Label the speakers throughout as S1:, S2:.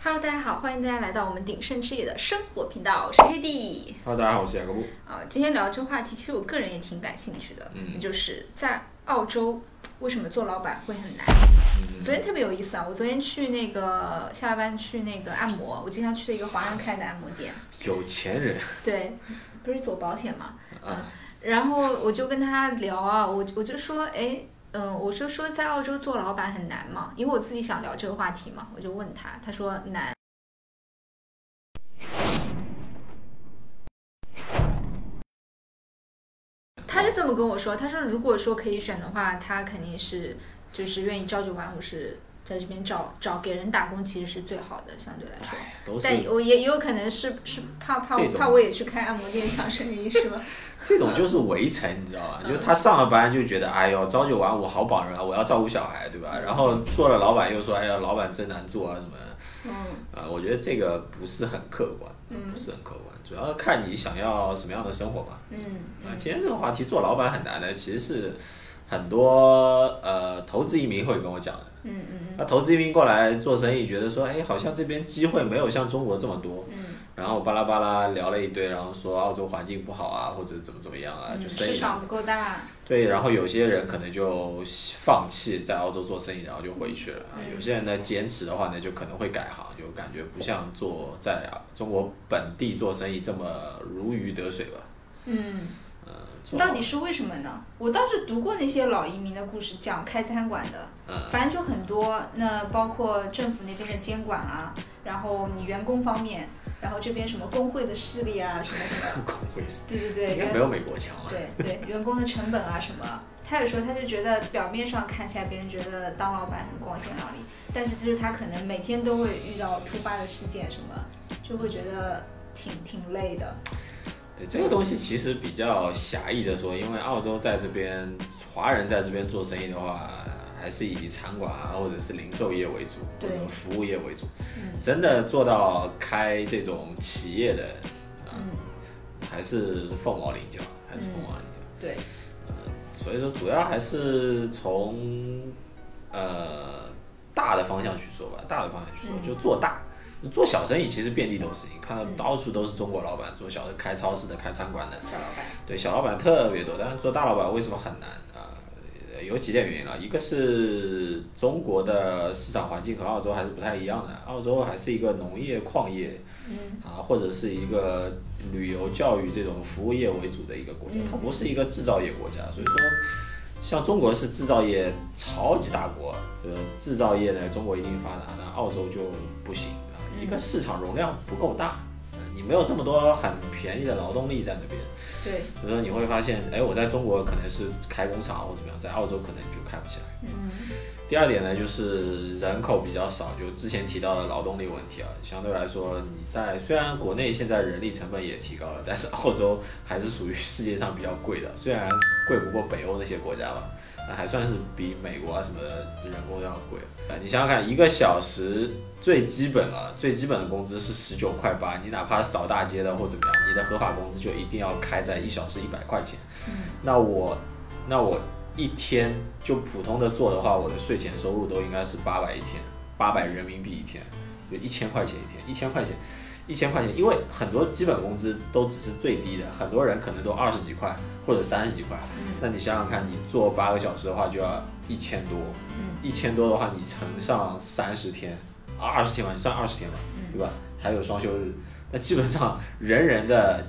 S1: Hello，大家好，欢迎大家来到我们鼎盛之野的生活频道，我是黑弟。
S2: Hello，大家好，我是雅各布。
S1: 啊，今天聊这个话题，其实我个人也挺感兴趣的，
S2: 嗯
S1: 就是在澳洲为什么做老板会很难？
S2: 嗯
S1: 昨天特别有意思啊，我昨天去那个下了班去那个按摩，我经常去的一个华人开的按摩店，
S2: 有钱人
S1: 对，不是走保险嘛，
S2: 啊，
S1: 然后我就跟他聊啊，我我就说，哎，嗯，我就说在澳洲做老板很难嘛，因为我自己想聊这个话题嘛，我就问他，他说难。他是这么跟我说，他说如果说可以选的话，他肯定是就是愿意朝九晚五是在这边找找给人打工，其实是最好的，相对来说。
S2: 哎都是
S1: 但我也也有可能是是怕怕我
S2: 这种
S1: 怕我也去开按摩店想生意是吧？
S2: 这种就是围城，你知道
S1: 嗯
S2: 吧？就是他上了班就觉得，哎呦，朝九晚五好绑人啊，我要照顾小孩，对吧？
S1: 嗯
S2: 然后做了老板又说，哎呀，老板真难做啊，什么的
S1: 嗯。
S2: 啊？我觉得这个不是很客观，不是很客观，主要看你想要什么样的生活嘛。
S1: 嗯
S2: 啊，今天这个话题做老板很难的，其实是很多呃投资移民会跟我讲的。
S1: 嗯嗯
S2: 那投资移民过来做生意，觉得说，哎，好像这边机会没有像中国这么多。
S1: 嗯
S2: 然后巴拉巴拉聊了一堆，然后说澳洲环境不好啊，或者怎么怎么样啊，就
S1: 嗯，
S2: 生
S1: 市
S2: 意。
S1: 场不够大。
S2: 对，然后有些人可能就放弃在澳洲做生意，然后就回去了。啊有些人呢坚持的话呢，就可能会改行，就感觉不像做在中国本地做生意这么如鱼得水吧。
S1: 嗯，
S2: 嗯，做
S1: 到底是为什么呢？我倒是读过那些老移民的故事，讲开餐馆的，
S2: 嗯
S1: 反正就很多。那包括政府那边的监管啊，然后你员工方面，然后这边什么工会的势力啊，什么什么，
S2: 不公会是
S1: 对对对，
S2: 应该
S1: 员
S2: 没有美国强。啊
S1: 对对，员工的成本啊什么，他有时候他就觉得表面上看起来别人觉得当老板很光鲜亮丽，但是就是他可能每天都会遇到突发的事件什么，就会觉得挺挺累的。
S2: 对这个东西其实比较狭义的说，因为澳洲在这边华人在这边做生意的话，还是以餐馆啊或者是零售业为主，或
S1: 对
S2: 者服务业为主。
S1: 嗯
S2: 真的做到开这种企业的，
S1: 嗯，
S2: 还是凤毛麟角，还是凤毛麟角。
S1: 对，嗯
S2: 所以说，主要还是从呃大的方向去说吧，大的方向去说，
S1: 嗯
S2: 就做大。做小生意其实遍地都是，你看到到处都是中国老板，做小的开超市的、开餐馆的，
S1: 小老板。
S2: 对，小老板特别多，但是做大老板为什么很难啊、呃有几点原因了，一个是中国的市场环境和澳洲还是不太一样的，澳洲还是一个农业、矿业
S1: 嗯
S2: 啊，或者是一个旅游、教育这种服务业为主的一个国家，它不是一个制造业国家，所以说。像中国是制造业超级大国，呃，制造业呢，中国一定发达，那澳洲就不行啊，一个市场容量不够大，呃你没有这么多很便宜的劳动力在那边，，
S1: 对，
S2: 所以说你会发现，哎，我在中国可能是开工厂或怎么样，在澳洲可能就开不起来。
S1: 嗯
S2: 第二点呢，就是人口比较少，就之前提到的劳动力问题啊，相对来说，你在虽然国内现在人力成本也提高了，但是澳洲还是属于世界上比较贵的，虽然贵不过北欧那些国家吧，但还算是比美国啊什么的人工要贵。啊，你想想看，一个小时最基本啊，最基本的工资是十九块八，你哪怕扫大街的或怎么样，你的合法工资就一定要开在一小时一百块钱。那我，那我一天就普通的做的话，我的税前收入都应该是八百一天，八百人民币一天，就一千块钱一天，一千块钱，一千块钱，因为很多基本工资都只是最低的，很多人可能都二十几块或者三十几块，
S1: 嗯
S2: 那你想想看，你做八个小时的话就要一千多，一千多的话你乘上三十天，二十天吧，你算二十天吧，对吧？还有双休日，那基本上人人的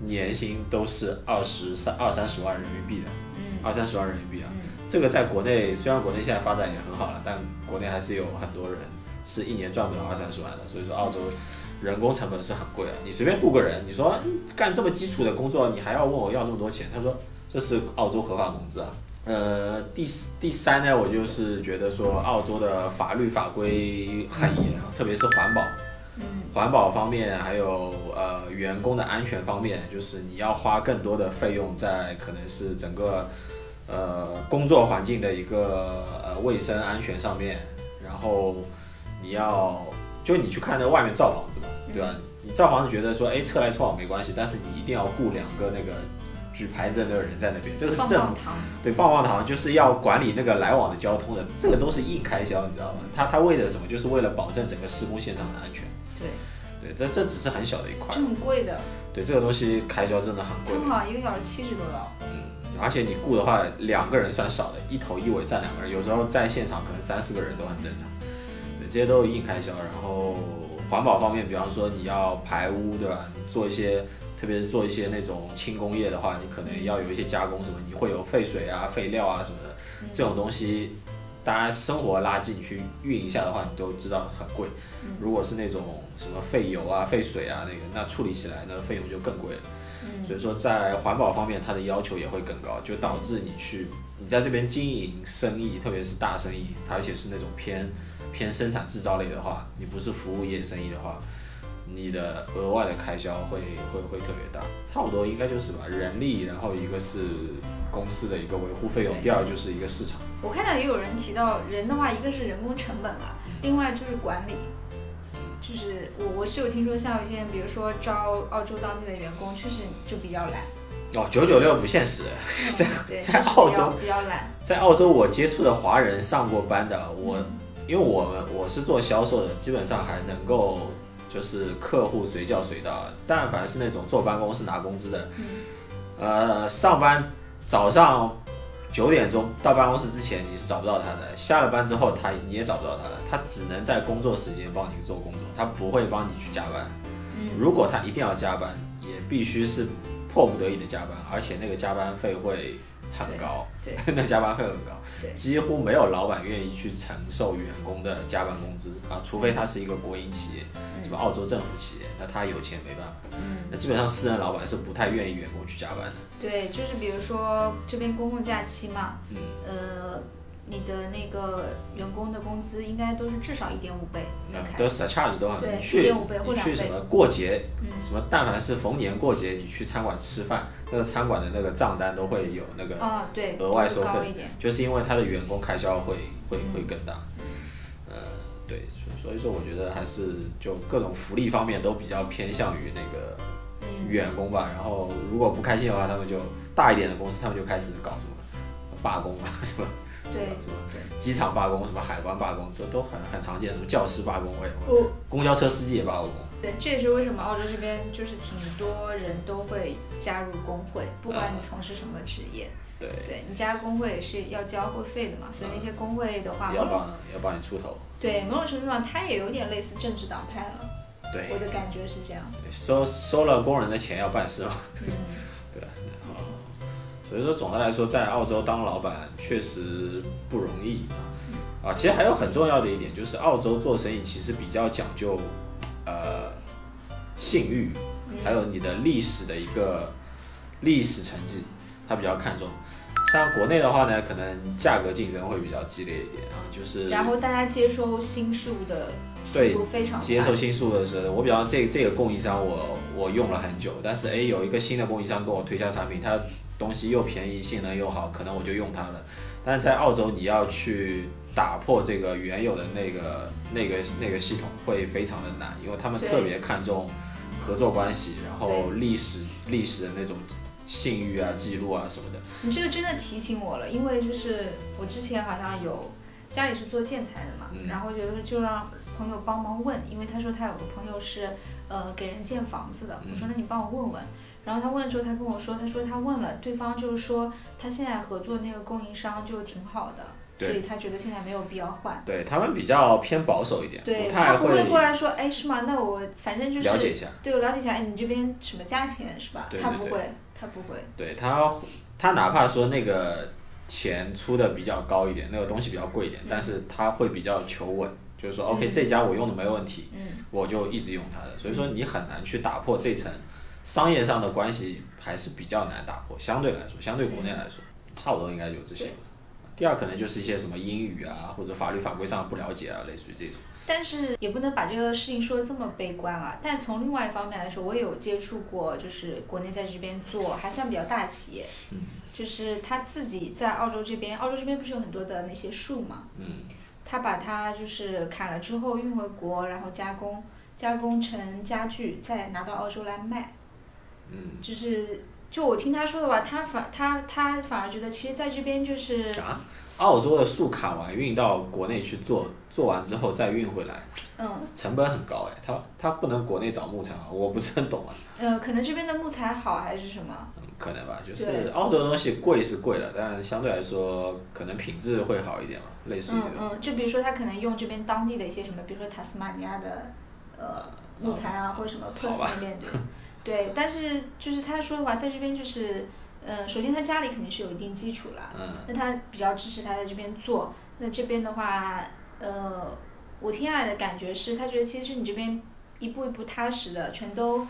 S2: 年薪都是二十三二三十万人民币的。
S1: 嗯
S2: 二三十万人民币啊
S1: 嗯。
S2: 这个在国内虽然国内现在发展也很好了，但国内还是有很多人是一年赚不了二三十万的，所以说澳洲。人工成本是很贵的，啊你随便雇个人，你说嗯干这么基础的工作，你还要问我要这么多钱？他说这是澳洲合法工资啊。呃，第四第三呢，我就是觉得说澳洲的法律法规很严，啊特别是环保，
S1: 嗯
S2: 环保方面，还有呃员工的安全方面，就是你要花更多的费用在可能是整个呃工作环境的一个呃卫生安全上面，然后你要就你去看那外面造
S1: 嗯
S2: 房子嘛，对吧？你造房子觉得说哎测来测往没关系，但是你一定要雇两个那个举牌子的那个人在那边，这个是
S1: 棒
S2: 政
S1: 棒
S2: 府
S1: 糖，
S2: 对，棒棒糖就是要管理那个来往的交通的，这个都是硬开销，你知道吗？他他为了什么？就是为了保证整个施工现场的安全。
S1: 对，
S2: 对，这这只是很小的一块
S1: 就，很贵的，
S2: 对，这个东西开销真的很
S1: 他
S2: 贵
S1: 们，好像一个小时七十多刀，
S2: 嗯，而且你雇的话，两个人算少的，一头一尾站两个人，有时候在现场可能三四个人都很正常，对，这些都是硬开销。然后环保方面，比方说你要排污，对吧？你做一些，特别是做一些那种轻工业的话，你可能要有一些加工什么，你会有废水啊、废料啊什么的。
S1: 嗯
S2: 这种东西，当然生活垃圾你去运一下的话，你都知道很贵。如果是那种什么废油啊、废水啊那个，那处理起来呢费用就更贵了。
S1: 嗯
S2: 所以说在环保方面，它的要求也会更高，就导致你去你在这边经营生意，特别是大生意，它而且是那种偏偏生产制造类的话，你不是服务业生意的话。你的额外的开销会会会特别大，差不多应该就是吧，人力，然后一个是公司的一个维护费用，
S1: 对
S2: 第二就是一个市场。
S1: 我看到也有人提到人的话，一个是人工成本了，另外就是管理。就是我我是有听说，像有些人，比如说招澳洲当地的员工，确实就比较懒，
S2: 哦，九九六不现实。 在
S1: 对，
S2: 在
S1: 就是
S2: 澳
S1: 比较
S2: 洲
S1: 比较懒，
S2: 在澳洲，我接触的华人上过班的，我因为我们我是做销售的，基本上还能够就是客户随叫随到。但凡是那种坐办公室拿工资的，
S1: 嗯
S2: 呃，上班早上九点钟到办公室之前你是找不到他的，下了班之后他你也找不到他了，他只能在工作时间帮你做工作，他不会帮你去加班。
S1: 嗯，
S2: 如果他一定要加班，也必须是迫不得已的加班，而且那个加班费会很高，
S1: 对
S2: 那加班费很高
S1: 对，
S2: 几乎没有老板愿意去承受员工的加班工资啊，除非他是一个国营企业，
S1: 嗯
S2: 什么澳洲政府企业，那他有钱没办法，那基本上私人老板是不太愿意员工去加班的，
S1: 对，就是比如说这边公共假期嘛，
S2: 嗯，
S1: 呃，你的那个员工的工资应该都是至少一点五倍的
S2: 那
S1: 开
S2: 都 surcharge 都很，
S1: 对
S2: 你去
S1: 1.5倍或
S2: 你去
S1: 2倍
S2: 什么过节
S1: 嗯，
S2: 什么但凡是逢年过节，你去餐馆吃饭，那个餐馆的那个账单都会有那个
S1: 啊，对，
S2: 额外
S1: 都
S2: 收
S1: 高
S2: 费
S1: 一点，
S2: 就是因为他的员工开销会会会更大。呃，对，所以所以说我觉得还是就各种福利方面都比较偏向于那个
S1: 嗯，
S2: 员工吧。然后如果不开心的话，他们就大一点的公司，他们就开始搞什么罢工啊，什么
S1: 对，
S2: 什么机场罢工，什么海关罢工，这都很很常见。什么教师罢工，我也
S1: 我
S2: 公交车司机也罢过工。
S1: 对，这也是为什么澳洲这边就是挺多人都会加入工会，不管
S2: 嗯
S1: 你从事什么职业，
S2: 对，
S1: 对你加入工会也是要交会费的嘛，所以那些工会的话，
S2: 要
S1: 某种
S2: 帮要帮你出头。
S1: 对某种程度上它也有点类似政治党派了，
S2: 对
S1: 我，的感觉是这样。
S2: 对收收了工人的钱要办事嘛。
S1: 嗯，
S2: 对，然后所以说总的来说，在澳洲当老板确实不容易啊。其实还有很重要的一点就是，澳洲做生意其实比较讲究呃信誉，还有你的历史的一个历史成绩，它比较看重。像国内的话呢，可能价格竞争会比较激烈一点啊，就是
S1: 然后大家接收新事物的速
S2: 对
S1: 度非常快，
S2: 接受新事物的时候，我比方这这个供应商我我用了很久，但是诶有一个新的供应商跟我推销产品，它东西又便宜，性能又好，可能我就用它了。但是在澳洲，你要去打破这个原有的那个那个那个系统，会非常的难，因为他们
S1: 对
S2: 特别看重合作关系，然后历史历史的那种信誉啊、记录啊什么的。
S1: 你这个真的提醒我了，因为就是我之前好像有家里是做建材的嘛，
S2: 嗯
S1: 然后觉得就让朋友帮忙问，因为他说他有个朋友是呃给人建房子的，
S2: 嗯
S1: 我说那你帮我问问。然后他问的时候，他跟我说，他说他问了，对方就是说他现在合作那个供应商就挺好的，所
S2: 对
S1: 以他觉得现在没有必要换。
S2: 对他们比较偏保守一点，
S1: 对他
S2: 太
S1: 不
S2: 会
S1: 会过来说，哎，是吗？那我反正就是
S2: 了解一下。
S1: 对我了解一下，哎，你这边什么价钱是吧？
S2: 对
S1: 他
S2: 对
S1: 不
S2: 对
S1: 会，他不会。
S2: 对他，他哪怕说那个钱出的比较高一点，那个东西比较贵一点，但是他会比较求稳，就是说，OK，、这家我用的没问题，
S1: 嗯
S2: 我就一直用它的。所以说，你很难去打破这层商业上的关系，还是比较难打破。相对来说，相对国内来说，差不多应该就这些
S1: 对。
S2: 第二可能就是一些什么英语啊，或者法律法规上的不了解啊，类似于这种。
S1: 但是也不能把这个事情说的这么悲观啊。但从另外一方面来说，我也有接触过，就是国内在这边做还算比较大企业，
S2: 嗯
S1: 就是他自己在澳洲这边，澳洲这边不是有很多的那些树嘛，
S2: 嗯，
S1: 他把它就是砍了之后运回国，然后加工，加工成家具，再拿到澳洲来卖。
S2: 嗯，
S1: 就是就我听他说的话，他反他他反而觉得，其实在这边就是
S2: 啊，澳洲的树砍完运到国内去做，做完之后再运回来，
S1: 嗯
S2: 成本很高哎，它它不能国内找木材啊， 我不是很懂啊，
S1: 呃，可能这边的木材好还是什么？
S2: 嗯，可能吧，就是
S1: 对
S2: 澳洲的东西贵是贵了，但相对来说可能品质会好一点嘛，类似于
S1: 嗯
S2: 这种。
S1: 嗯，就比如说他可能用这边当地的一些什么，比如说塔斯马尼亚的呃木材啊，或者什么
S2: 哦好
S1: Perth
S2: 吧
S1: 那边 对对，但是就是他说的话，在这边就是，呃，首先他家里肯定是有一定基础啦，
S2: 嗯，
S1: 那他比较支持他在这边做。那这边的话，呃，我听下来的感觉是，他觉得其实你这边一步一步踏实的，全都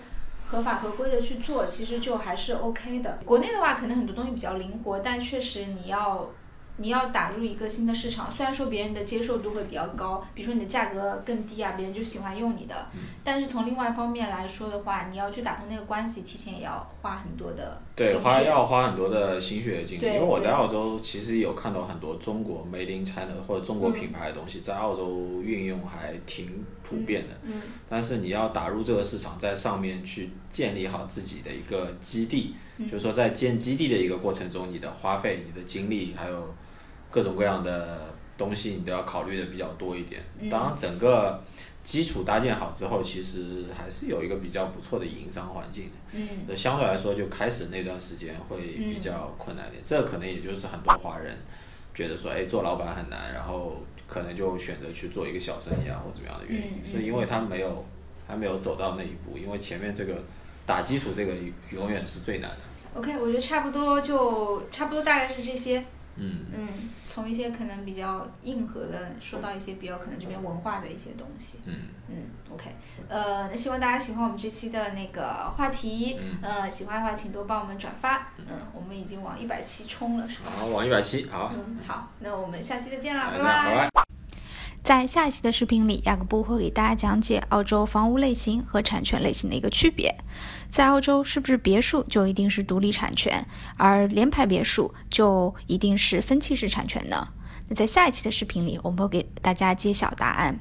S1: 合法合规的去做，其实就还是 OK 的。国内的话，可能很多东西比较灵活，但确实你要。你要打入一个新的市场，虽然说别人的接受度会比较高，比如说你的价格更低啊，别人就喜欢用你的。但是从另外一方面来说的话，你要去打通那个关系，提前也要花很多的
S2: 对，
S1: 心
S2: 花
S1: 血
S2: 要花很多的心血精力，
S1: 对
S2: 因为我在
S1: 对
S2: 澳洲其实有看到很多中国 made in China 或者中国
S1: 嗯
S2: 品牌的东西，在澳洲运用还挺普
S1: 嗯
S2: 遍的。
S1: 嗯
S2: 但是你要打入这个市场，在上面去建立好自己的一个基地，
S1: 嗯
S2: 就是说在建基地的一个过程中，你的花费、你的精力，还有各种各样的东西，你都要考虑的比较多一点。
S1: 嗯
S2: 当然，整个基础搭建好之后，其实还是有一个比较不错的营商环境的。
S1: 嗯，
S2: 那相对来说，就开始那段时间会比较困难一点，这可能也就是很多华人觉得说，哎，做老板很难，然后可能就选择去做一个小生意啊，或怎么样的原因，
S1: 嗯嗯
S2: 是因为他没有还没有走到那一步，因为前面这个打基础这个永远是最难的。
S1: OK，我觉得差不多就差不多，大概是这些。
S2: 嗯，
S1: 嗯，从一些可能比较硬核的，说到一些比较可能这边文化的一些东西。
S2: 嗯
S1: ，OK，呃，那希望大家喜欢我们这期的那个话题。呃，喜欢的话请多帮我们转发。嗯，我们已经往一百期冲了，是吧？
S2: 好，往一百七，好，
S1: 嗯，好，那我们下期再见啦，
S2: 大
S1: 拜
S2: 家这样拜
S1: 拜
S2: 拜。。
S3: 在下一期的视频里，雅各布会给大家讲解澳洲房屋类型和产权类型的一个区别。在澳洲，是不是别墅就一定是独立产权，而联排别墅就一定是分契式产权呢？那在下一期的视频里，我们会给大家揭晓答案。